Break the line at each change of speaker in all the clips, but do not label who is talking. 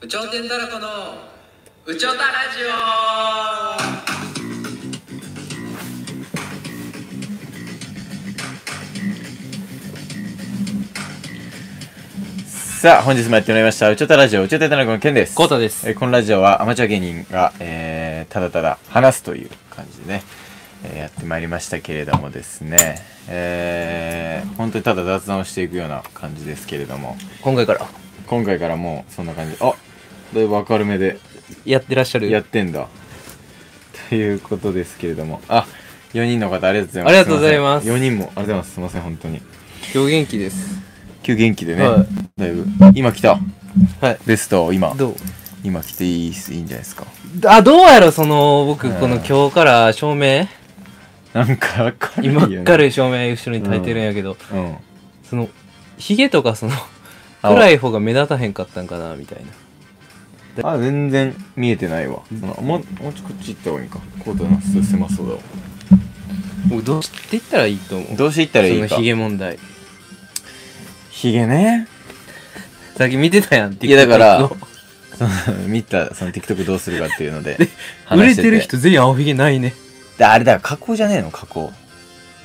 宇宙天だらこの宇宙たラジオ
さあ、本日もやってまいりました。うちょたラジオ、うちょたラジオのケンです。
コウタです
えーこのラジオはアマチュア芸人が、えー、ただただ話すという感じでね、えーやってまいりましたけれどもですね、えー、本当にただ雑談をしていくような感じですけれども、
今回から
今回からもうそんな感じ、あだいぶ明るめで
やってらっしゃる
やってんだ。ということですけれども、あ、4人の方ありがとうございます。
ありがとうございます
4人もありがとうございます。すいません、本当に。
今日元気です
今日元気でね、
は
だいぶ。今来た。
はい
ベスト、今。
どう
今来ていいっすいいんじゃないですか
あどうやろその僕
うん
この今日から照明
なんか明るい
今
よ、
っ
ね、
からい照明後ろに焚いてるんやけど、
うん
そのヒゲとかその
あ
暗い方が目立たへんかったんかなみたいな
あ全然見えてないわ、そのもうもうちょいこっち行った方がいいかコートの裾狭そうだわ
僕どうしていったらいいと思う
どうして行ったらいいか
そのヒゲ問題
ひげね
さっき見てたやん
いやだから
TikTok
その見たその TikTok どうするかっていうので
売
話
れ
して
る人全員青ひげないね
であれだよ加工じゃねえの加工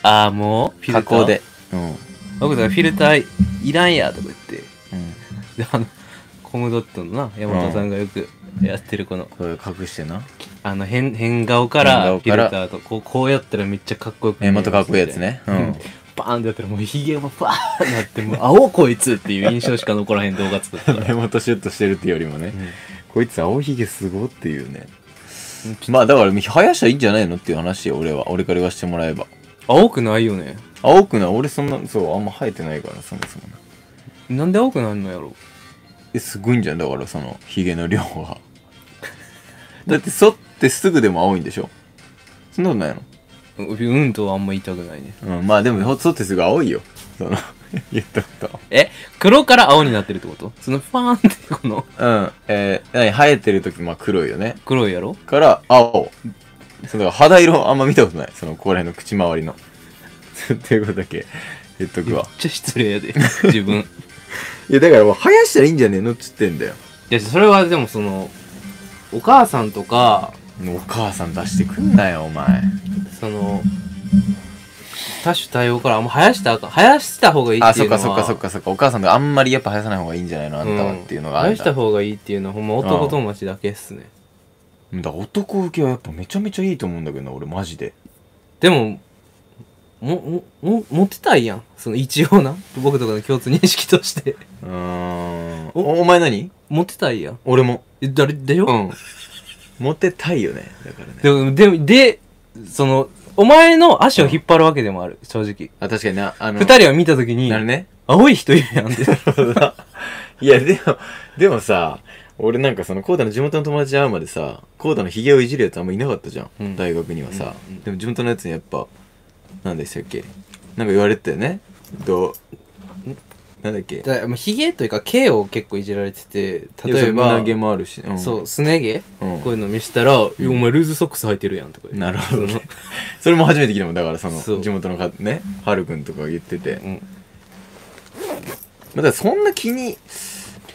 ああもうフィルタ
加
ー
工でうん、うん、
僕だからフィルターいらんやとか言ってであのコムドットのな山田さんがよくやってるこの、
これ隠してな
あの変変顔からフ
変顔か
ィル
ら
ターとこうこうやったらめっちゃかっこよく見
え
え
またかっこいいやつねうん
バーンってやったらもうヒゲもバーンなってもう 青こいつっていう印象しか残らへん動画作ったか
目
ら
元シュッとしてるっていうよりもね、こいつ青ひげすごっていうね
うん
まあだから生やしたらいいんじゃないのっていう話よ俺は俺から言わせてもらえば
青くないよね
青くない俺そんなそうあんま生えてないからそもそもな
なんで青くなんのやろ
えすごいんじゃんだからそのヒゲの量 はだって剃ってすぐでも青いんでしょそんなことない
うんうんとはあんま言いたくないね
の、うん、まあでも剃ってすぐ青いよその 言ったこ
え黒から青になってるってことそのファーンってこの
とうんえー、何生えてる時まあ黒いよね
黒いやろ
から青その肌色あんま見たことないそのここら辺の口周りの っていうことだけ言っとく
めっ
わ
ちゃ失礼やで自 分い
いやだからもう生やしたらいいんじゃねえのっつってんだよ
やそれはでもそのお母さんとか
お母さん出してくんなよお前
その多種多様からあんま生やしたらあかん生やした方がいい
あ
って
そっ
いう
か
のは
そっかそっかそっかお母さんがあんまりやっぱ生やさない方がいいんじゃないのあんたはっていうのがあ
うん
る
生やした方がいいっていうのはほんま男友達だけっすね
だから男受けはやっぱめちゃめちゃいいと思うんだけどな俺マジで
でももももモテたいやんその一応な僕とかの共通認識として
うーん
お
おお前何
モテたいやん
俺も
え誰でよ、
うんモテたいよねだからね
でもでもでそのお前の足を引っ張るわけでもある正直
あ確かになあの
二人は見た時に
なるね
青い人 いるやんって
いやでもでもさ俺なんかそのコーダの地元の友達に会うまでさコーダのヒゲをいじるやつあんまいなかったじゃん、
うん
大学にはさ、
うんうん
でも地元のやつにやっぱ何でしたっけなんか言われてたよねどうなんだっけ
だからまあヒゲというか毛を結構いじられてて例えば
胸毛もあるし、うん
そう、すね毛、
うん
こういうの見せたら、いやお前ルーズソックス履いてるやんとか言う
なるほど
その
ね それも初めて聞いたもんだからその
そう
地元のかねはるくんとか言ってて、
うん
まあだからそんな気に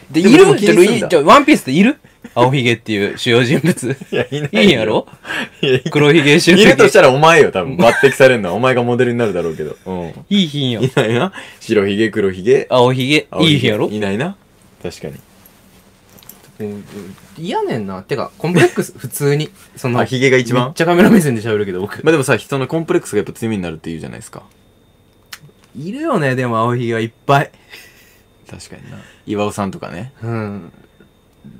で、い
も
る
気
じゃ
にすんだ
あ、じゃあワンピースでいる青ひげっていう主要人物。
いやいない
いんやろ
いやい
黒ひげ主
いると
役
し。たらお前よ多分抜擢されるのはお前がモデルになるだろうけど、うん、
いいひんや
い。ないな白ひげ黒ひげ
青ひげ、
青
い
ひげ
いひんやろ
いないな確かに
嫌ねんな。てか、コンプレックス、普通に。その、
あひげが一
めっ
番
ちゃカメラ目線で喋るけど、僕。
まあでもさ人のコンプレックスがやっぱ強みになるって言うじゃないですか
いるよね、でも青ひげはいっぱい。
確かにな岩尾さんとかね
うん。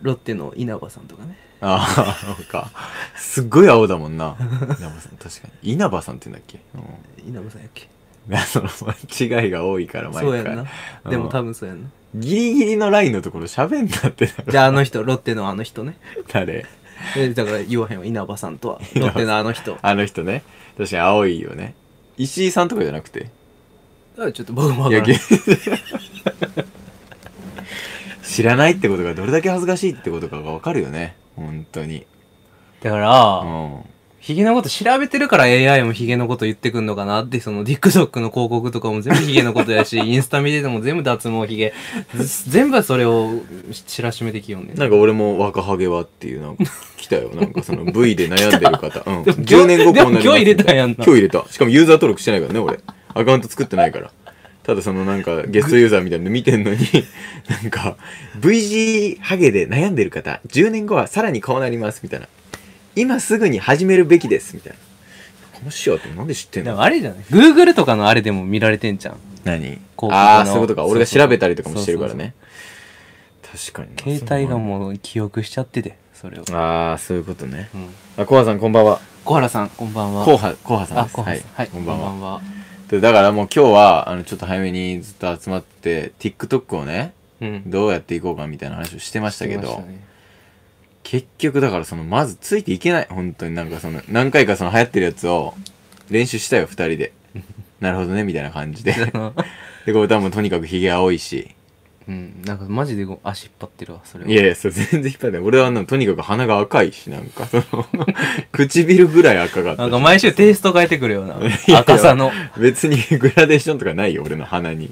ロッテの稲葉さんとかね。
ああそうかすっごい青だもんな稲葉さん確かに稲葉さんって言うんだっけ、うん
稲葉さんやっけ
いやその間違いが多いから毎
そう
回
やんな。
うん
でも多分そうやんな。
ギリギリのラインのところ喋んなってな
じゃああの人、ロッテのあの人ね。
誰
えだから言わへんわ稲葉さんとはロッテのあの人だか
あの人ね確かに青いよね石井さんとかじゃなくて
らちょっと僕
い
も分
や
からん
げ知らないってことがどれだけ恥ずかしいってことかがわかるよね本当に
だから、
うん
ヒゲのこと調べてるから AI もヒゲのこと言ってくんのかなって、その TikTok の広告とかも全部ヒゲのことやし、 インスタ見てても全部脱毛ヒゲ。ず全部それを知らしめてきよんね。
なんか俺も若ハゲはっていうなんか来たよ。なんかその V で悩んでる 方。うん。
でも
10年後
でも
こうなりますみ
今日入れたやんな
今日入れた。しかもユーザー登録してないからね、俺。アカウント作ってないから。ただそのなんかゲストユーザーみたいなの見てんのに、 なんか V 字ハゲで悩んでる方、10年後はさらにこうなりますみたいな。今すぐに始めるべきですみたいな。このシアってなんで知ってん
で
の
もあれじゃない ?Google とかのあれでも見られてんじゃん。
何
告の
ああ、そういうことか。俺が
そうそう
調べたりとかもしてるからね。確かにな。
携帯がもう記憶しちゃってて、それを。
ああ、そういうことね
う。ん。
あ、コハさんこんばんは。
小原さん、こんばんは。
コハ、コハさん
あ、
です。
小原さん。はい、
こんばんは。
は。
でだからもう今日は、あの、ちょっと早めにずっと集まって、TikTok をね、
うん。
どうやっていこうかみたいな話をしてましたけ
来ま
ど、
たね
結局だからその、まずついていけない。本当になんかその、何回かその流行ってるやつを練習したよ、二人 で。なるほどね、みたいな感じで。で、これ多分とにかくヒゲ青いし。
うん、なんかマジでご足引っ張ってるわ、それは。
いやいや、そう、全然引っ張らない。俺はあのとにかく鼻が赤いし、なんか、その、 唇ぐらい赤かったし。
なんか毎週テイスト変えてくるよう な。
や
赤さの。
別にグラデーションとかないよ俺の鼻に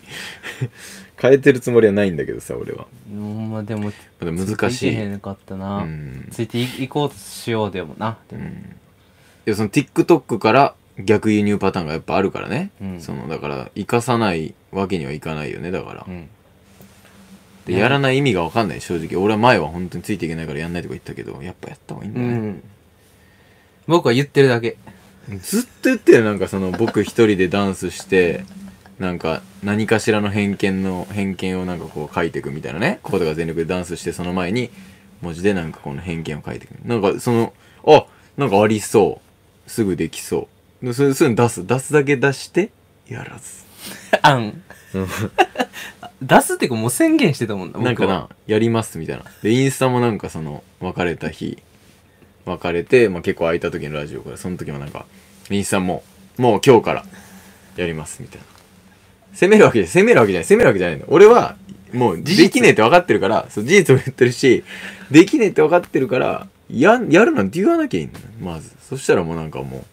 変えてるつもりはないんだけどさ俺は
ほんまでも、
まだ難し
ついて
い
へんかった
う
な。
ん
ついていこうとしようでもな。で
う
も
んいやその TikTok から逆輸入パターンがやっぱあるからね、
うん
そのだから生かさないわけにはいかないよねだから、
うん。
でやらない意味が分かんない正直俺は前は本当についていけないからやんないとか言ったけどやっぱやった方がいいんだ
う
ね、
ん。僕は言ってるだけ。
ずっと言ってよなんかその僕一人でダンスしてなんか何かしらの偏見の偏見をなんかこう書いていくみたいなねコードが全力でダンスしてその前に文字でなんかこの偏見を書いていくなんかそのあなんかありそうすぐできそうでそれそういうの出す出すだけ出してやらず
あん。 出すっていうかもう宣言してたもんな。僕
なんか
は。
なやりますみたいなでインスタもなんかその別れた日別れて、まあ、結構空いた時のラジオからその時もなんかインスタももう今日からやりますみたいな攻めるわけじゃ攻めるわけじゃない攻めるわけじゃないの俺はもうできねえって分かってるからそう事実を言ってるしできねえって分かってるからややるなんて言わなきゃいいのよまずそしたらもうなんかも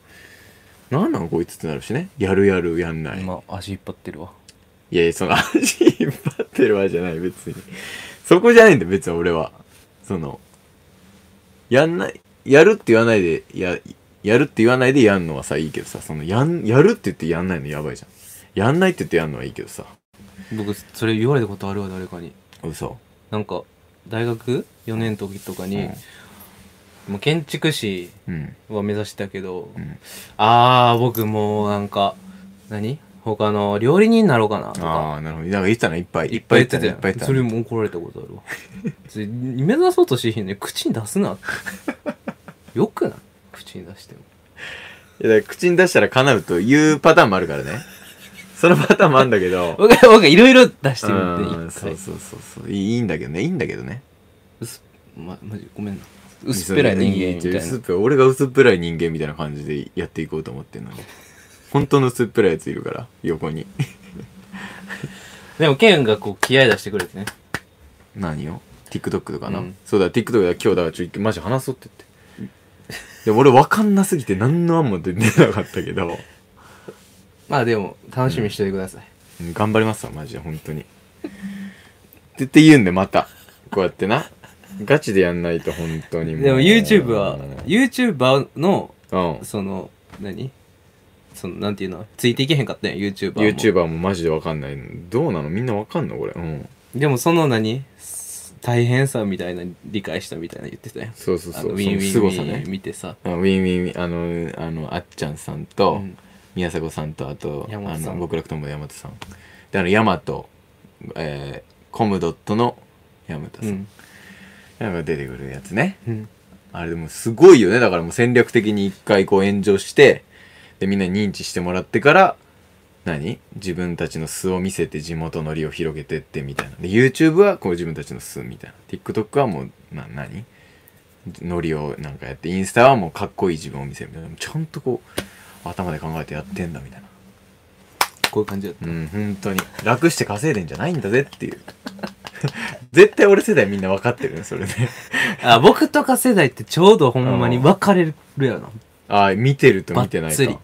うなんなのこいつってなるしねやるやるやんない
今、足引っ張ってるわ。
いやいや、その足引っ張ってるわけじゃない、別に。そこじゃないんだよ、別に俺は。その、やんない、やるって言わないで、や、やるって言わないでやんのはさ、いいけどさ、その、やん、やるって言ってやんないのやばいじゃん。やんないって言ってやんのはいいけどさ。
僕、それ言われたことあるわ、誰かに。
嘘。
なんか、大学4年の時とかに、もう建築士
うん。
は目指してたけど、
うん。
ああ、僕もうなんか、何他の料理人になろうかなとか。
ああ、なるほど。なんか言ってたのいっぱい。
いっぱい言ってた
い
よ。
っぱい言ってた
それ
ね。
も怒られたことあるわ。それ目指そうとしてへんねん口に出すなって。 よくない口に出しても。
いや、だから口に出したら叶うというパターンもあるから ね。そのパターンもあるんだけど。
僕、僕、いろいろ出 してみ
うん、
て、一
そう
回。
そうそうそう。いいいいんだけどね、いいんだけどね。
薄ま、まじ、ごめんな。薄っぺらい人間みたい
薄っ
な。
ぺら俺が薄っぺらい人間みたいな感じでやっていこうと思ってんのに本当の薄っぺらいやついるから横に
でも、ケンがこう、気合い出してくれてね。
何を TikTok とかな、
うん
そうだ TikTok だ今日だからちょっとマジ話そうって言ってで俺分かんなすぎて何の案も出てなかったけ ど
まあでも、楽しみにしておいてください。
うん頑張りますわマジで本当にってって言うんでまたこうやってなガチでやんないと本当に
でも、YouTube は、YouTuber の、
うん
その、何その、なんていうのついていけへんかったやん、YouTuber も。
YouTuber もマジで分かんないどうなのみんな分かんのこれうん
でもその何す大変さみたいな理解したみたいな言ってたよ。
そうそう
あ
そう
のウィンウィン
その
ウ
凄さ
ィ
ね
ン見てさ。
あウィンウィンウィンあのあのあっちゃんさんと、
うん
宮迫さんとあとあ
山本さ
の
ん
極楽とんぼの山本さんであのヤマト、えー、コムドットの山田さ、
うんん。
なんか出てくるやつね
うん。
あれでもすごいよねだからもう戦略的に一回こう炎上してでみんなに認知してもらってから何自分たちの素を見せて地元のりを広げてってみたいなで YouTube はこう自分たちの素みたいな TikTok はもうな何ノリをなんかやってインスタはもうかっこいい自分を見せるみたいなちゃんとこう頭で考えてやってんだみたいな
こういう感じだった。
うん本当に楽して稼いでんじゃないんだぜっていう 絶対俺世代みんな分かってるねそれね
あ、僕とか世代ってちょうどほんまに分かれるやろな。
あー見てると見てないか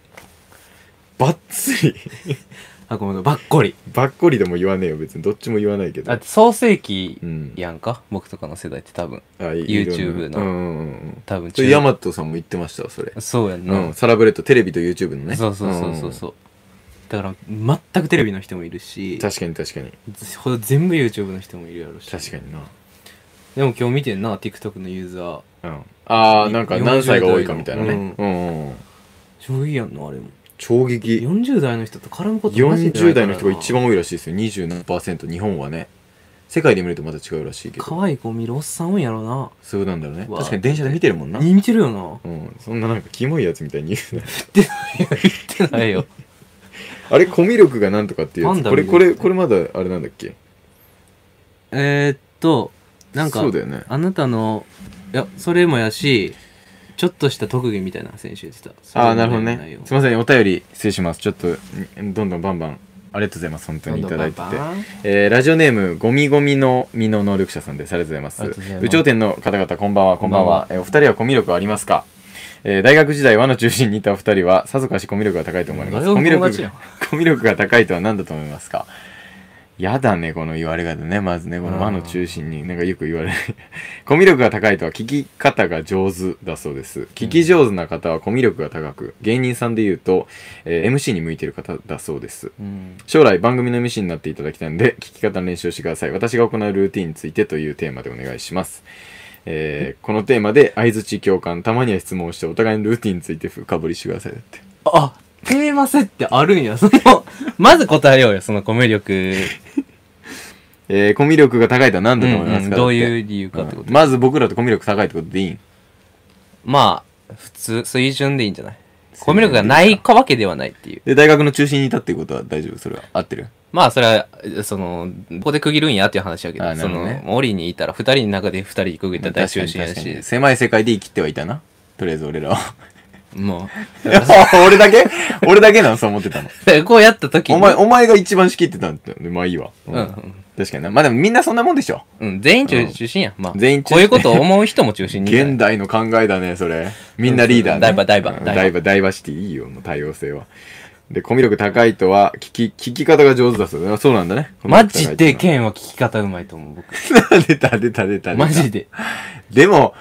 ばっつ り
あ、ごめんごめんばっこり。
ばっこりでも言わねえよ別にどっちも言わないけど
だって創世紀
うん
やんか、僕とかの世代って多分。
あい
YouTube の
うんうんうんうん
多分
それヤマトさんも言ってましたわそれ
そうやん
う
な、
んサラブレッドテレビと YouTube のね
そうそうそうそうそう。だから全くテレビの人もいるし、
ん確かに確かに
ほ全部 YouTube の人もいるやろし。
確かにな
でも今日見てんな、TikTok のユーザー。
うんあーなんか何歳が多いかみたいなね
40
うんうんうん
上位やんのあれも。
衝撃
40代の人と絡むことマジでない
40
か
代
らな
の人が一番多いらしいですよ27%日本はね世界で見るとまた違うらしいけど
可愛い子見るおっさん多いんやろな
そうなんだろうね
うわ
確かに電車で見てるもんな
見てるよな
うんそんななんかキモいやつみたいに言うな
見てないよ
あれコミュ力がなんとかっていうや
な
つ
んだ
こ
ろう
れこれこれまだあれなんだっけ
えーっとなんか
そうだよね
あなたのいやそれもやしちょっとした特技みたいな選手言ってた
ああなるほど
それ
ね
も
すいませんお便り失礼しますちょっとんどんどんバンバンありがとうございます本当
な
に
い
い
よ
ただいてて
バンバン
えーラジオネームゴミゴミの実の能力者さんですありがとうございます
ありがとうございます
宇宙店の方々こんばんはこんばん
こんばん
は
は、
えーお二人はコミュ力はありますかえー大学時代和の中心にいたお二人はさぞかしコミュ力が高いと思いますコ
大学
ミュ
友
力
達やん
コミュ力が 高いとは何だと思いますかやだねこの言われ方ねまずねこ
う
の
ん
和の中心になんかよく言われる コミュ力が高いとは聞き方が上手だそうです聞き上手な方はコミュ力が高く芸人さんで言うと、えー MC に向いてる方だそうです
うん
将来番組の MC になっていただきたいので聞き方の練習をしてください私が行うルーティンについてというテーマでお願いします、えーこのテーマで相づち共感たまには質問をしてお互いのルーティンについて深掘りしてくださいだって
あテーマ設定あるんやそのまず答えようよそのコミュ 力
えーコミュ力が高いとは何だと思いますか、
うんうんどう
だって
いう理由かってこと、
うんまず僕らとコミュ力高いってことでいいん
まあ普通水準でいいんじゃないコミュ力がないかわけではないっていう
で大学の中心にいたっていうことは大丈夫それは合ってる
まあそれはえそのここで区切るんやっていう話やけど
あなる
そ
ほど
の
ね
檻にいたら二人の中で二人区切ったら大中心や
確かに確かに
し
狭い世界で生きてはいたなとりあえず俺ら は
も
俺だけ俺だけなのそう思ってたの
うこうやった時に
お前お前が一番仕切ってたんだよまあいいわ、
うんうん
確かになまあでもみんなそんなもんでしょ
うん、全員中中心や、ん、まあ
全員中
こういうことを思う人も中心に
現代の考えだねそれみんなリーダーね
ダイバダイバ
うん
ダイバ
ダイバダイバーシティいいよもう多様性はでコミュ力高いとは聞き聞き方が上手だそうだそうなんだね
マジで
け
ケンは聞き方うまいと思う僕
出た出た出た出た
マジで
でも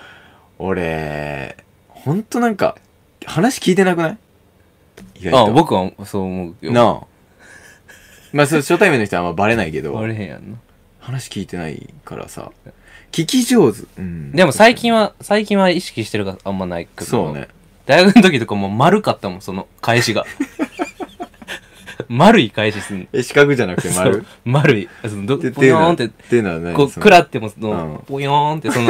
俺ほんとなんか話聞いてなくない意外
あ
と
僕はそう思うよ
なあまあそう初対面の人はあんまバレないけど
割れへんやんな
話聞いてないからさ聞き上手うん
でも最近は最近は意識してるがあんまないけど
そうね
大学の時とかもう丸かったもんその返しが丸い返しすんの
え四角じゃなくて
そ
丸
う丸いそのど
で
ポヨーンっ
ってていうのはね
こう
その
食らってもそうの
ん
ポヨーンってその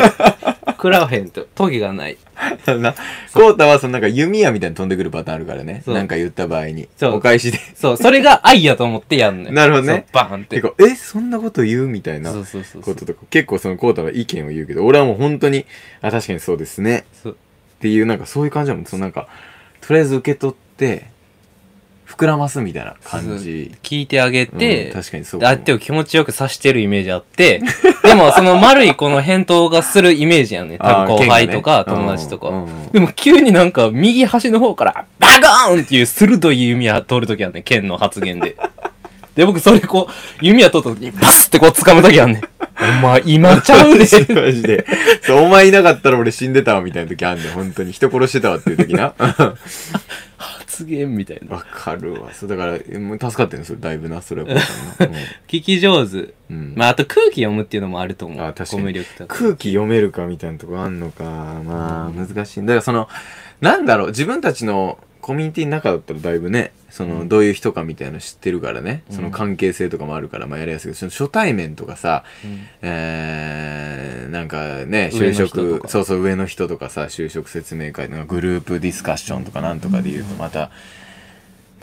食らわへんとトゲがない
そんな、コータはそのなんか弓矢みたいに飛んでくるパターンあるからね。
そう
なんか言った場合に。
そう
お返しで。
そうそれが愛やと思ってやんのよ
なるほどね
そうバーンって
結構、え、そんなこと言うみたいな
そ
こ
うそうそうそ
と
う
とか、結構そのコータは意見を言うけど、俺はもう本当に、あ、確かにそうですね。
そう
っていう、なんかそういう感じだもん。そのなんか、とりあえず受け取って、膨らますみたいな感じ。
聞いてあげ
う
て
ん、確かにそうかも。
相手を気持ちよくさしてるイメージあって、でもその丸いこの返答がするイメージやんね。多
あー
分後輩とか
剣がね
友達と
うん
か
うんうん。
でも急になんか右端の方からバゴーンっていう鋭い弓矢通るときやんね。剣の発言で。 で、僕それこう、弓矢通った時にパスってこう掴むときやんね。お前今ちゃ うで。
マジで。そう、お前いなかったら俺死んでたわみたいな時あんねん。本当に。人殺してたわっていう時 な。
発言みたいな。
わかるわ。そう、だから、えもう助かってんのそれ、だいぶな。それは コータな。うん
聞き上手。
うん
まああと空気読むっていうのもあると思う。
あ確かに
コミュ力とか。
空気読めるかみたいなとこあんのかまあ難しいだからそのなんだろう自分たちのコミュニティの中だったらだいぶねそのどういう人かみたいなの知ってるからねその関係性とかもあるからまあやりやすいけどその初対面とかさ、
うん
えー、なんかね
上
就
の人と
職
か
そうそう上の人とかさ就職説明会とかグループディスカッションとかなんとかで言うとまた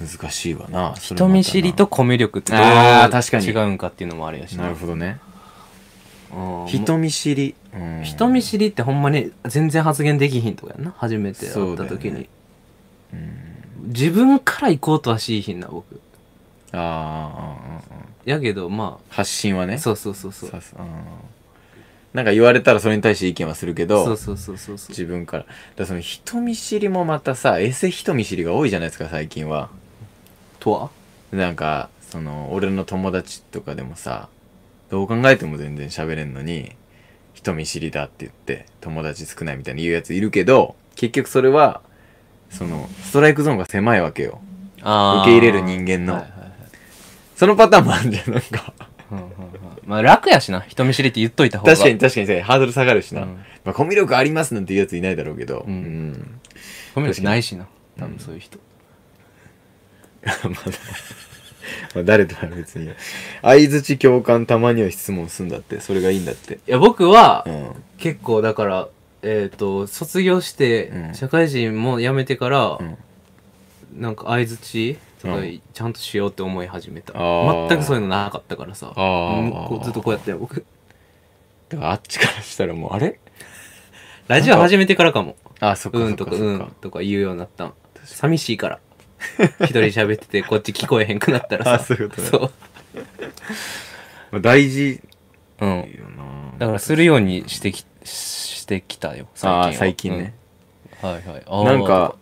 難しいわなそれもまた
人
な
見知りとコミュ力ってどう
あー確かに
違うんかっていうのもあるやし
なるほどね
うん
人見知り、うん
人見知りってほんまに全然発言できひんとかやんな初めて会った時
そうだよ
に、
ね
自分から行こうとはしいひんな僕
ああああああ
やけどま
発信は
あ
ね
そうそうそうそう
さすうんなんか言われたらそれに対して意見はするけど、
そうそうそうそうそう
自分から。だからその人見知りもまたさ、エセ人見知りが多いじゃないですか、最近は。
とは
なんか、その、俺の友達とかでもさ、どう考えても全然喋れんのに、人見知りだって言って、友達少ないみたいに言うやついるけど、結局それは、その、ストライクゾーンが狭いわけよ。
あー
受け入れる人間の
はいはいはい
そのパターンもあるんじゃん、なんか。
うんうんうんまあ楽やしな人見知りって言っといた方が
確かに確かに、ハードル下がるしな。
うん
まあ、コミュ力ありますなんていうやついないだろうけど。
うん
ん
コミュ力ないしな多分そういう人、
まあ、まあ誰とは別に相づち共感たまには質問すんだってそれがいいんだって
いや僕は、
うん
結構だからえっ、と卒業して、
うん
社会人も辞めてから、
うん
なんか相づちとか
うん
ちゃんとしようって思い始めた、
あー
全くそういうのなかったからさ
あー
うんこうずっとこうやって僕
だからあっちからしたらもうあれ
ラジオ始めてからかも
あそっか
う
そっ
んと
か
か
そっか、
うんとか言うようになったん寂しいから一人喋っててこっち聞こえへんくなった ら
あ
さ
そういうことね
そう
まあ、大事
う
だよ
ん
な
だからするようにしてきししてきたよ最近
あ
は
あ最近ね、、
うんはいはいあー
なんか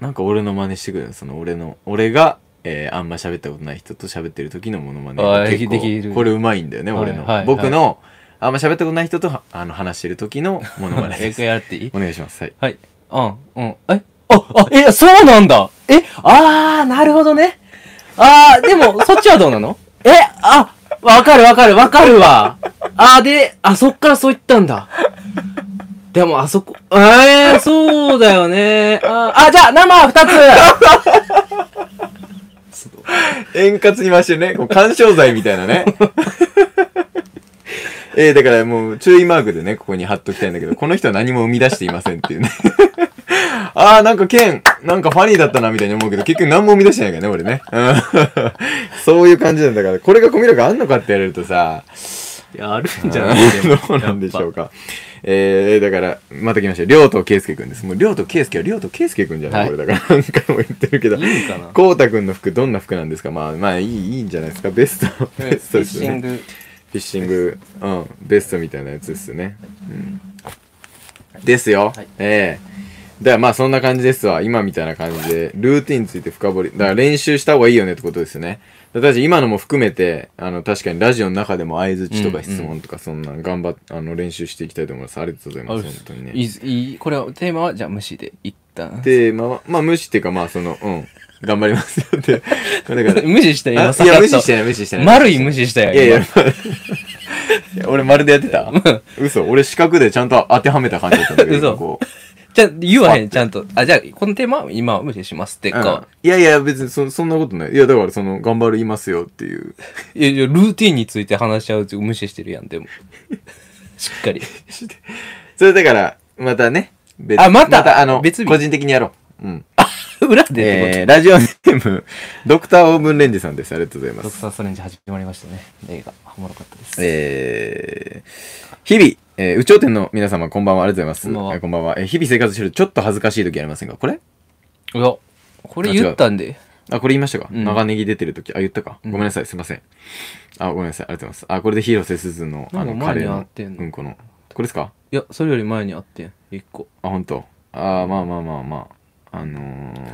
なんか俺の真似してくれるその俺の俺がえーあんま喋ったことない人と喋ってる時のモノマネ
あー
結構
できる
これうまいんだよね、
はい
俺の、
はい
僕の、あんま喋ったことない人とはあの話してる時のモ ノマネ
え
で
一 回
す
やっていい
お願いしますはい
はい。うん、うん。えあ、あ、え、そうなんだえ、あー、なるほどね。あー、でも、 そっちはどうなのえ、あ、わかるわかるわかるわ。あー、で、あ、そっからそう言ったんだ。でも、あそこ、えー、そうだよね。あー、あじゃあ、生二 つ
円滑に回してるね。こう干渉剤みたいなね。 えー、だからもう注意マークでね、ここに貼っときたいんだけど、この人は何も生み出していませんっていうね。 あー、なんか剣、なんかファニーだったなみたいに思うけど、結局何も生み出してないからね、俺ね。うん そういう感じなんだから、これがコミュ力あんのかって言われるとさ、
いや、あるん
じ
じゃ
ゃあ
ない
どうなんでしょうか。えー、だから、また来ました。りょうとけいすけくんです。もうりょうとけいすけはりょうとけいすけくんじゃない、
はい
これだから、何回も言ってるけど。
いいかな。
こうたくんの服どんな服なんですかまあまあいいいいんじゃないですかベストベストですよね
グ。
フィッシングうんベストみたいなやつですよね、うん、ですよ、
はい
ええではまあそんな感じですわ今みたいな感じでルーティンについて深掘りだから練習した方がいいよねってことですよねだから私今のも含めてあの確かにラジオの中でも相づちとか質問とかそんなん頑張っあの練習していきたいと思いますありがとうございます本当にね
いい、いい、これは、テーマは、じゃあ、無視で、一旦。
でまあまあ無視っていうかまあそのうん頑張りますよってだ から
無視したよ、
あ
今
い
さら
や、
っと
無視してない、無視してない。
丸い無視したよ、
いやいや、
今
い や俺、丸でやってた嘘、俺、四角でちゃんと当てはめた感じだったんだけど、
嘘
今こう
じゃあ言わへん、ちゃんと。あ、じゃあ、このテーマは今は無視しますって
うん
か。
いやいや、別にそそんなことない。いや、だから、その、頑張りますよっていう。
いやいや、ルーティンについて話し合うって無視してるや ん、でも。しっかり。
それだから、またね、別
あまた
あの、
別日
個人的にやろう。うん。
裏でって
えー、ラジオネーム、 ドクター・オーブン・レンジさんです。ありがとうござい
こ
ま
と。ド
す
ク。ター・ストレンジ始まりましたね。映画。おもろかったです。
えー、日々、えー、宇宙店の皆様、こんばんは、ありがとうござい
こんばん
ま
は
す。えーこんばんは。えー日々生活してる、ちょっと恥ずかしい時ありませんかこれ
いや、これ言ったんで。
あ、これ言いましたか、
うん
長ネギ出てる時。あ、言ったか。
うん
ごめんなさい。すいません。あ、ごめんなさい。ありがとうございます。あ、これで広瀬すずの、あ
なん
の、
か
カ
前
レ
に
ー
あ
の
ってん
う
の
んこの。これですか
いや、それより前にあってん。一個。
あ、ほんと。あー、まあまあまあまあ。あのー、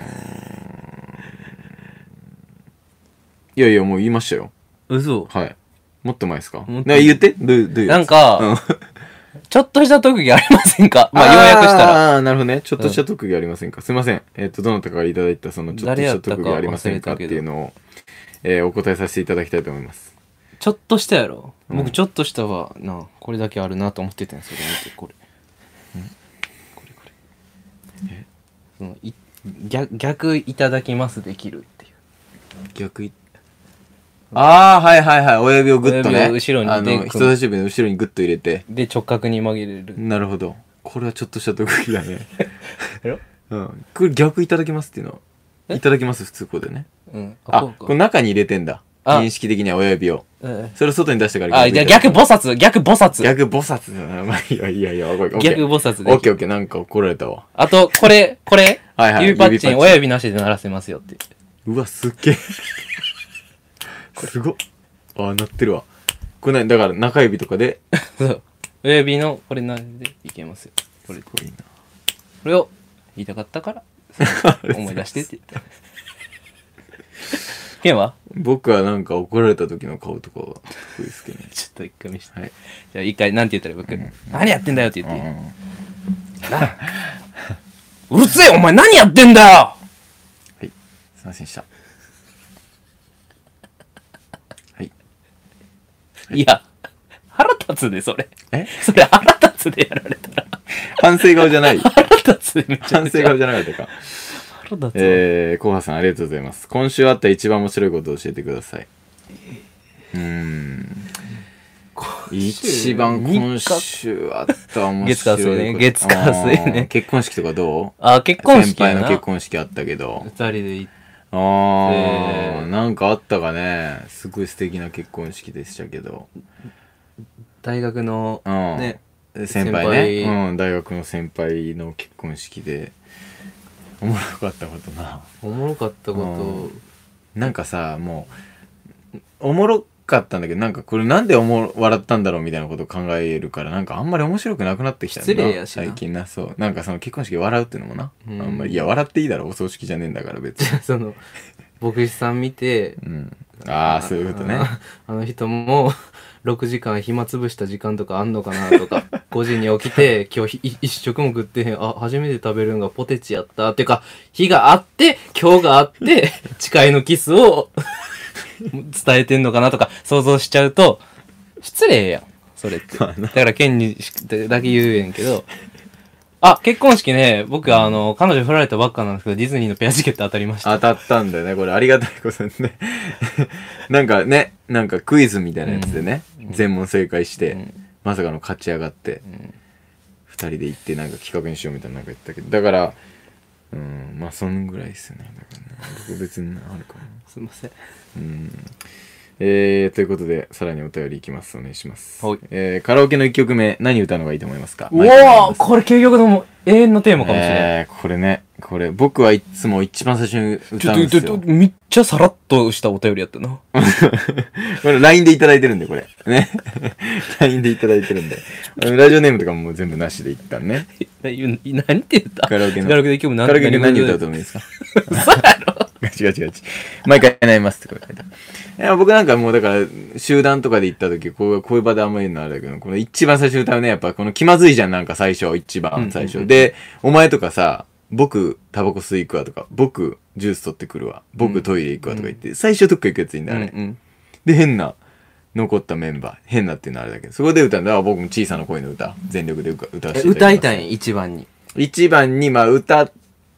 いやいや、もう言いましたよ。
嘘。
はい。もっと前ですか
もっと
ね言ってどう、どういうや
なん
つ
か、ちょっとした特技ありませんかまあ、要約したら。
ら。あー、なるほどね。ちょっとした特技ありませんか、すいません。えっ、と、どなたかがいただいた、その、ちょっと
誰
し
や
た
ったか
特技ありませんかっ
忘
て
れたけど
いうのを、えーお答えさせていただきたいと思います。
ちょっとしたやろ。
うん
僕、ちょっとしたは、な、これだけあるなと思ってたんですよ。見て、これ。これこれ。そのい逆、逆いただきますできるっていう。
逆いああはいはいはい親指をグッとね
親指を後ろに
あ
で
の人差し指の後ろにグッと入れて
で、直角に曲げれる。
なるほどこれはちょっとした特技だ ね
やろ
うんこれ逆いただきますっていうのは
え
いただきます普通こうでね
うん。
あ
こう
これ中に入れてんだ
あ
認識的には親指を
うん
それを外に出してから
あ、じゃあ
いただ
逆
き
菩薩、逆菩薩。
逆菩薩だなま あいいやいやいやわかる
逆菩薩で
オッケー
きる。
オッケーなんか怒られたわ
あと、これ、これ、
はいはい
指パッチ
指パッチ
ン、
ン
親指なしで鳴らせますよって。
うわすっげえ すごっああなってるわこれ何だから中指とかで
そう。親指のこれなんでいけますよ
これいいな
これを言いたかったから思い出してって言ったケンは
僕はなんか怒られた時の顔とかは得意ですけどね
ちょっと一回見して、
はい
じゃあ一回なんて言ったら僕、何やってんだよって言って、うるせえお前何やってんだよ
はい。すいませんでした。はい。
いや、腹立つで、それ。
え
それ腹立つでやられたら。
反省顔じゃない。
腹立つでめちゃ
反
くち
省
ゃ。
顔じゃなか ったか。
腹立つわ。
えー、コハさんありがとうございます。今週あった一番面白いことを教えてください。うーん。一番今週あった面白いこと。
月火水ね月火水
あ
ね
ー結婚式とかどう
あ、結婚式
先輩
やな。
の結婚式あったけど
二。人で行っ
あー、
えー
なんかあったかね。すごい素敵な結婚式でしたけど。
大学の、
うん、
ね、
先輩ね
先輩
うん、大学の先輩の結婚式でおもろかったことな
おもろかったこ
なんかさもうおもろかったんだけどなんかこれなんでおもろ笑ったんだろうみたいなことを考えるからなんかあんまり面白くなくなってきたんだ
失礼やしな
最近なそうなんかその結婚式で笑うっていうのもな、
うん
あんまりいや笑っていいだろお葬式じゃねえんだから別
と
に、、
その、牧師さん見て、
うん、ああそういうことね
ああの人も、6時間暇つぶした時間とかあんのかなとか、5時 に起きて、今日ひ一食も食ってへん、あ、初めて食べるんがポテチやった。っていうか、日があって、今日があって、 誓いのキスを 伝えてんのかなとか想像しちゃうと、失礼やん、それって。
ま
だ
あな
から、県にしだけ言うやんけど、あ、結婚式ね、僕、あの、彼女振られたばっかなんですけど、ディズニーのペアチケット当たりました。
当たったんだよねこれありがたいことにね なんかねなんかクイズみたいなやつでね、全問正解して、
うん
まさかの勝ち上がって、
ん
二2人で行ってなんか企画にしようみたいななんか言ったけどだからうんまあそんぐらいですよねだからね僕別にあるかな
すいません。
うんえー、ということでさらにお便りいきますお願いします、
はい
えーカラオケの1曲目何歌うのがいいと思いますか
う
毎回言い
お
ま
お
す
これ究極のもう永遠のテーマかもしれない。
えーこれねこれ僕はいつも一番最初に
ち
歌
ょっ
うん
と、
です
ち
よ
ょっと、めっちゃさらっとしたお便りやっ たな。
これ LINE でいただいてるんで、これ。ね。LINE でいただいてるんで。ラジオネームとかも全部なしで一旦ね。
何て言った
カラオケの
カラオケで今日も
カラオケで何歌うと
う
思うんですか ガチガチガチ。毎回悩みますってこれ書いてあるいや僕なんかもうだから、集団とかで行った時、こういうこういう場であんまり言うのあれだけど、この一番最初に歌うね、やっぱこの気まずいじゃん、なんか最初、一番最初。で、お前とかさ、僕、タバコ吸い行くわとか、僕、ジュース取ってくるわ、僕、トイレ行くわとか言って、最初どっか行くやついいんだよね。
ん
で、変な、残ったメンバー。変なっていうのはあれだけど、そこで歌うんだ。あ僕も小さな声の歌、全力で歌歌わせていただきま
歌い
す
たい一番に。
一番に、まあ、歌っ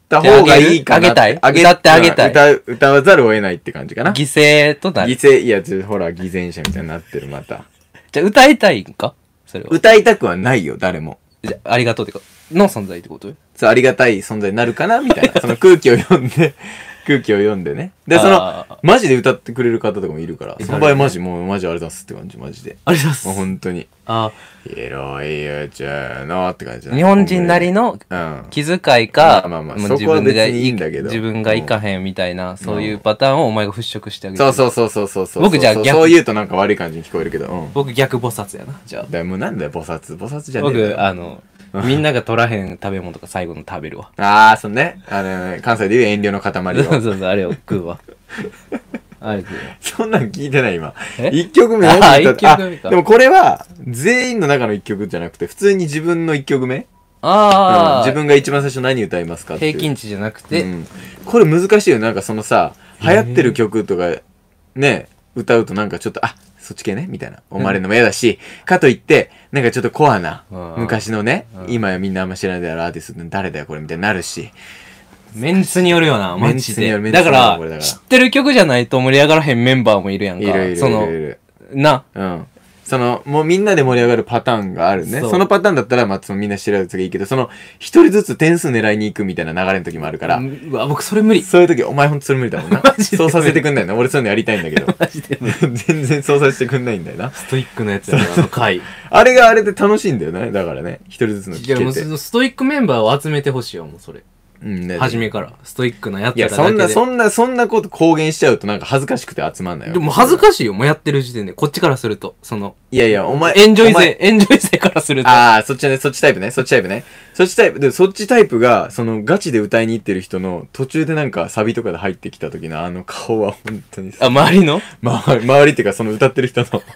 た方がいいかな
あげる
あ
あ
げ
げたい歌ってあげた
歌
い
う、歌わざるを得ないって感じかな。
犠牲とな
犠
る。
牲、いや、ちょほら、偽善者みたいになってる、また。
じゃあ歌いたいんかそれは。
歌いたくはないよ、誰も。
じゃあありがとうってか、の存在ってことよ
そう、ありがたい存在になるかなみたい な。その空気を読んで、空気を読んでね。で、そ
あ
の
ー、
マジで歌ってくれる方とかもいるから、
え
その場合マジ、もうマジあれだすって感じ、マジ で。
ありがとう
もう
ございます。
本当に。
あ
広い宇宙のって感じだね
日本人なりの
うん。
気遣い
まあ
か、
まあまあ
もう
そこは別にいいん
自分が
だけど
自分がいかへんみたいな、そういうパターンをお前が払拭してあげる。
そうそうそうそうそうそう。
僕じゃあ
そう
逆
そう言うとなんか悪い感じに聞こえるけど。うん。だか
僕逆菩薩やな。じゃあ。
らもうなんだよ、菩薩。菩薩じゃねえ
僕、あの、みんなが取らへん食べ物とか最後の食べるわ。
ああー、そうね。あのね、関西で言う遠慮の塊
そう
を。
そうそう、あれを食う わ。あれ食うわ。
そんなん聞いてない、今。
え
一曲目何
あー
歌っ
一曲目か
あでもこれは、全員の中の一曲じゃなくて、普通に自分の一曲目。うん
ああ、
自分が一番最初何歌いますかっていう。
平均値じゃなく
う
て、
ん、これ難しいよなんかそのさ流行ってる曲とかね歌うとなんかちょっとあそっち系ねみたいなおまれのも嫌だし、かといってなんかちょっとコアな
うん
昔のね、
うん
今やみんなあんま知らないであるアーティスト誰だよこれみたいになるし
メンツによるよな、マ
メン
ジ
ツによるメ
で。
ンツに
だ
よる
から
これだ、から
知ってる曲じゃないと盛り上がらへんメンバーもいるやん
い
か。
るいるい
その
るい、る
な、
うんそのもうみんなで盛り上がるパターンがあるね
そう
そのパターンだったらまあそのみんな知らないやつがいいけどその一人ずつ点数狙いに行くみたいな流れの時もあるから、
うわ、僕それ無理。
そういう時お前ほんとそれ無理だもん な
ジで
そうさせてくんないな俺そういうのやりたいんだけど
マジで無理。
全然そうさせてくんないんだよな
ストイックなやつやな、あの回。
あれがあれで楽しいんだよね。だからね。一人ずつの
いや、
聞
も
けて。
うそのストイックメンバーを集めてほしいよ、もうそれ。
うんね
初めから。ストイックなやつ
いや、
らだけ
そ
で。
んな、そんな、そんなこと公言しちゃうとなんか恥ずかしくて集まんないよ。
でも恥ずかしいよ、もうやってる時点で。こっちからすると。その、
いやいや、お前。
エンジョ
お
イ
前
勢、エンジョイ勢からすると。
ああ、そっちね、そっちタイプね、そっちタイプね。そっちタイプ、で、そっちタイプが、その、ガチで歌いに行ってる人の、途中でなんか、サビとかで入ってきた時のあの顔は、本当にさ、
あ、周りの
ま、周りっていうか、その歌ってる人の、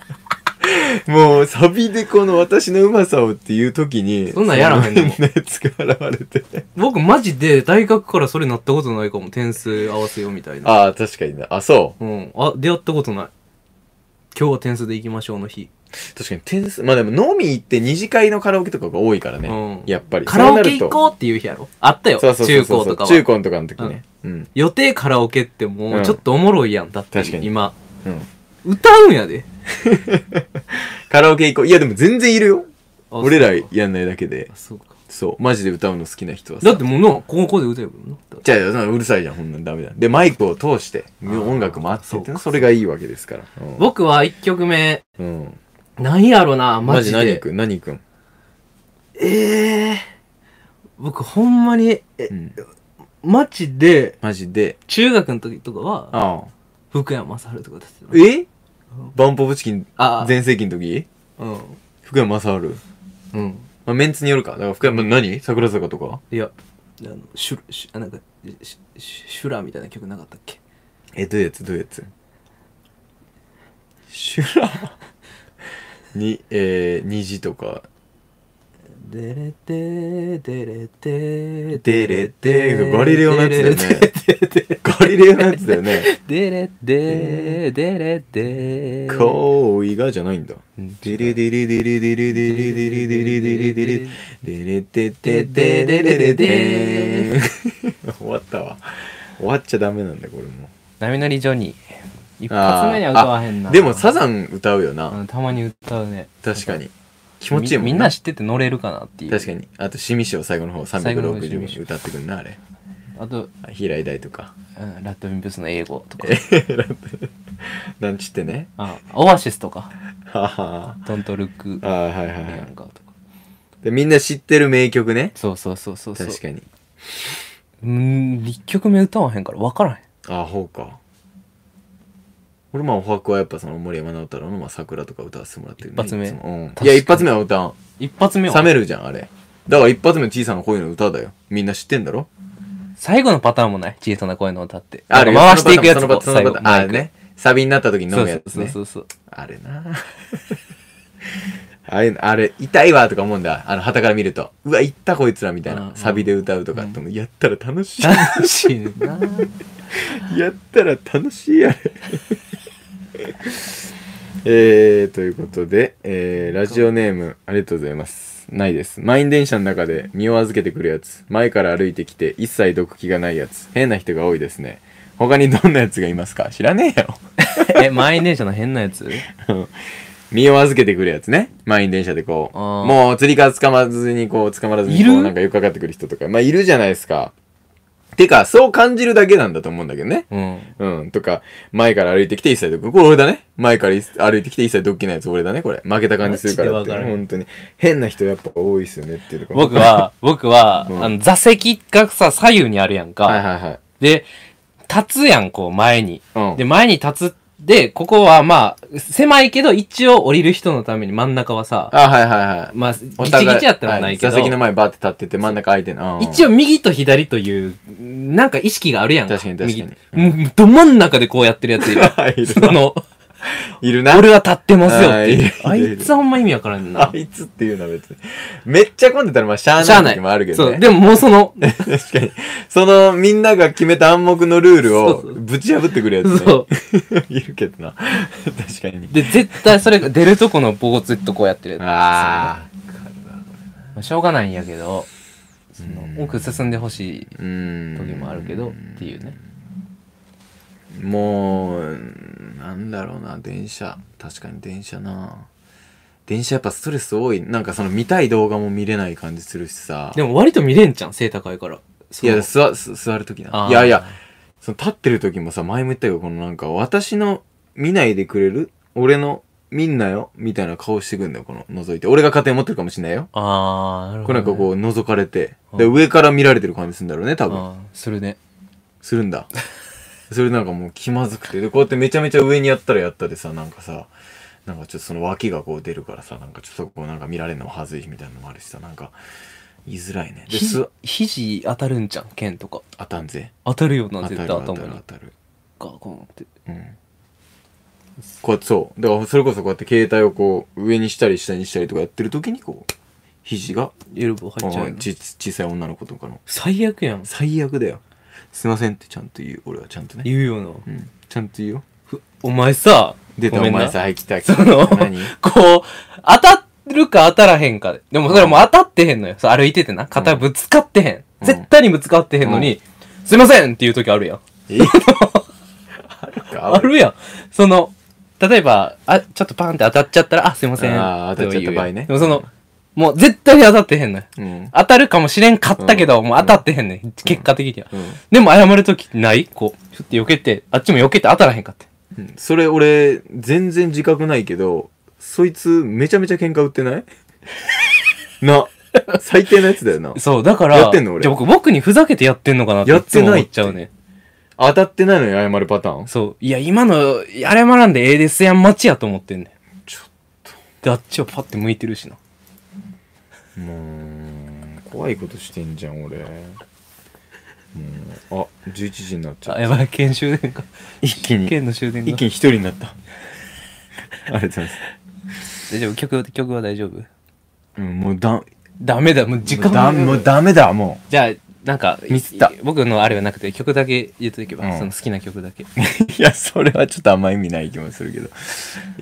もう、サビでこの私のうまさをっていう時に、
そんなんやら へんでも
そのやつが現れて。
僕マジで大学からそれなったことないかも。点数合わせようみたいな。
ああ、確かにね。あ、そう。
うん。あ、出会ったことない。今日は点数でいきましょうの日。
確かに点数、まあでも、飲み行って二次会のカラオケとかが多いからね。
うん
やっぱり。
カラオ
そうな
ケ
ると
行こうっていう日やろあったよ。
そうそうそうそう
中高とか
中
は。
高とかの時ね。うん。
予定カラオケっても
う
うんちょっとおもろいやん。だって
確かに
今。
うん。
歌うんやで。
カラオケ行こう。いや、でも全然いるよ。
あ
俺ら
そうか
やんないだけで
あ。そうか。
そう。マジで歌うの好きな人はさ。
だってもうな、高校で歌えばいいもんな。
じゃあ、そんなうるさいじゃん、ほんなんダメだ。で、マイクを通して、音楽もあってって
そうか
それがいいわけですから。う
僕は一曲目、
ん。うん
何やろな、マ
マジ
ジで。
何くん何くん
ええ僕ほんまに、え
うん。
マジで、
マジで。
中学の時とかは、
ああ。
福山雅治とかだってた。
えバンポブチキン
あ
全盛期の時
うん。
福山雅治。
うん。
まあ、メンツによるか。だから福山何桜坂とか
いや、あの、シュ、シュあ、なんか、シュ、シュラーみたいな曲なかったっけ
え、どういうやつどういうやつシュラーに、えー、虹とか。
デレテー、デレテー、
デレテーガリレオのやつだよねガリレオのやつだよね。
デレテー、デレテー。
恋がじゃないんだ。
うん
デレデレデレデレデレデレデレデレデレデレテテテレレレテーン終わったわ。終わっちゃダメなんだこれも。
波乗りジョニー。一
あー
発目には歌わへんな。
あでもサザン歌うよな。
うんたまに歌うね。
確かに。気持ちいいもん
みみんな知ってて乗れるかなっていう。
確かに。あと、シミショ最後の方
最後の方シ
360
ミシ
分歌ってくんな、あれ。
あと、
あ平井大とか。
うん、ラッドウィンプスの英語とか。
なんちってね。
あオアシスとか。
はは
ドントルック
あ。あー、はいはい
ビア
は
ンカとか。
い。で、みんな知ってる名曲ね。
そうそうそうそうそう。
確かに。
うん、一曲目歌わへんから分からへん。
あ、ほうか。俺まあ、おはくはやっぱその森山直太朗のまあ桜とか歌わせてもらってるね。
一発目
いつも
確
う
か
ん。い
に
や、一発目は歌わん。
一発目
冷
は。
めるじゃん、あれ。だから一発目の小さな恋の歌だよ。みんな知ってんだろ
最後のパターンもない。小さな声の歌って。
あれ
なんか回していくやつ
そのパ
を
ターンそ
最
の
後
パターンそのパターンあれ
マイ
ね。サビになった時に
ク
飲むやつ
そう
ね
そ。うそうそう。
あれなあれ、あれ、痛いわとか思うんだ。あの、旗から見ると。うわ、行ったこいつらみたい
うん
な
う。ん
サビで歌うとかって思う。やったら楽 し
楽しいねんな。
い。やったら楽しい やれ。えー、ということで、えー、ラジオネーム、ありがとうございます。ないです。満員電車の中で身を預けてくるやつ。前から歩いてきて、一切毒気がないやつ。変な人が多いですね。他にどんなやつがいますか知らねえよ。
え、満員電車の変なやつ
身を預けてくるやつね。満員電車でこう。
あー
もう釣りから捕まずにこう、捕まらずに
い
こう、
る
なんかよくかかってくる人とか。まあ、いるじゃないですか。てか、そう感じるだけなんだと思うんだけどね。
うん。
うん。とか、前から歩いてきて一切ドッキ。これ俺だね。前から歩いてきて一切ドッキなやつ俺だね、これ。負けた感じするからって。
マジでわかる
本当に。変な人やっぱ多いですよねっていうところ
僕、は、僕は、
うん
あの、座席がさ、左右にあるやん か。
はいはいはい。
で、立つやん、こう、前に。
うん。
で、前に立つ。で、ここはまあ、狭いけど、一応降りる人のために真ん中はさ、
あ、はいはいはい。
まあ、ギチ
お
ギ
互い
チやったらないけど、
は座席の前バーって立ってて真ん中空いてんの。
一
応。
応右と左という、なんか意識があるやん
確かに確かに。
右もうど真ん中でこうやってるやついる
いる
その、
いるな。
俺は立ってますよっていう。
あ
あ
いるいる
いつはほんま意味わからん
あ。
な
いつっていうのは別に。めっちゃ混んでたらまあしゃあ
しゃあ
な
ない
時もあるけ
い。そ
ど
う、
ね。
でももうその、
確かに。そのみんなが決めた暗黙のルールを
そうそう
ぶち破ってくるやつね
そ。
いるけどな。確かに
う。。で、絶対それが出るとこの棒をずっとこうやってるや
あ
つ。まあしょうがないんやけど、そ
うん
の、奥進んでほしい
あ。うん。
時もあるけど、っていうね。
もう、なんだろうな、電車。確かに電車な。電車やっぱストレス多い。なんかその見たい動画も見れない感じするしさ。
でも割と見れんじゃん、背高いから。
い
そう
や、座、す座るときな
あ。ー
いやいや、その立ってるときもさ、前も言ったけど、このなんか、私の見ないでくれる俺の見んなよみたいな顔してくんだよ、この、覗いて。俺が勝手に持ってるかもしんないよ。
あー、なる
こ
ほ
う
ど、
なん
ね。
かこう、覗かれて。で、
うん
上から見られてる感じするんだろうね、多分。
あーするね。
するんだ。それなんかもう気まずくて。で、こうやってめちゃめちゃ上にやったらやったでさ、なんかさ、なんかちょっとその脇がこう出るからさ、なんかちょっとこうなんか見られるのも恥ずいしみたいなのもあるしさ、なんか、言いづらいね。で、
ひ
す、
肘当たるんじゃん、剣とか。
当たんぜ。
当たるよ
当
な、
た
絶
る
対
当
頭
たる
に。ガ
当たる。
コンって。
うん。こうやってそう。だからそれこそこうやって携帯をこう上にしたり下にしたりとかやってる時にこう、肘が、
エルボー入っちゃう
う
よ
ん。ち小さい女の子とかの、
最悪やん。
最悪だよ。すいませんってちゃんと言う。俺はちゃんとね。
言うよな。
うん。ちゃんと言うよ。
ふお前さ、
出た
ご
お
めんな
前さ、はい、来た、来
そ
た。
の
何、
こう、当たるか当たらへんかで。でもそれもう当たってへんのよ。そう歩いててな。肩ぶつかってへん。
うん
絶対にぶつかってへんのに、すいませんっていう時あるやん。
えあるか
あるやん。その、例えば、あ、ちょっとパンって当たっちゃったら、あ、すいません。
あー当たっちゃった場合ね
って言うやんでもその、もう絶対に当たってへんのよ。
うん。
当たるかもしれんかったけど、もう当たってへんねん。結果的には。
うん
でも謝るときないこう、ちょっと避けて、あっちも避けて当たらへんかって。
うん。それ俺、全然自覚ないけど、そいつめちゃめちゃ喧嘩売ってない な、最低なやつだよな。
そう、だから、
やってんの俺
じゃあ僕、僕にふざけてやってんのかなっていつも思っちゃうね。
当たってないのに謝るパターン
そう。いや、今の、あれまらんでええですやん待ちやと思ってんねん。
ちょっ
で、あっちはパッて向いてるしな。
と。もう、怖いことしてんじゃん、俺。もう、あ、11時になっちゃ
あ、
った。
やばい、剣終電か。
一気に、
剣の終電
一
が。
気に一人にな った。ありがとうございます。
大丈夫曲、曲は大丈夫
うん、もうだ、
ダメだ、もう時間
だもうダメだ、も
じゃあ、なんか、
ミスった
い僕のあれはなくて、曲だけ言っとけば、
うん
その好きな曲だ け。
う。いや、それはちょっとあんま意味ない気もするけど。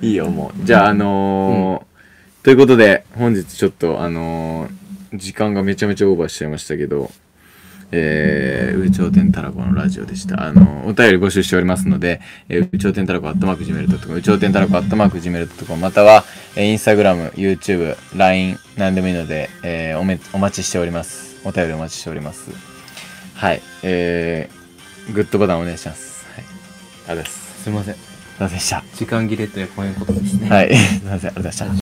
いいよ、もう。じゃあ、あのーということで、本日ちょっと、あのー時間がめちゃめちゃオーバーしちゃいましたけど、えー、宇頂天たらこのラジオでした。あのーお便り募集しておりますので、えー、宇頂天たらこアットマークジメルドットコム、宇頂天たらこアットマークジメルドットコム、または、えー、インスタグラム、YouTube、LINE、なんでもいいので、えーおめ、お待ちしております。お便りお待ちしております。はい、えー、グッドボタンお願いします。はい。ありがとうございます。
すいません。
ありがとうございました。
時間切れというこういうことです ね。
はい。すいません。ありがとうございました。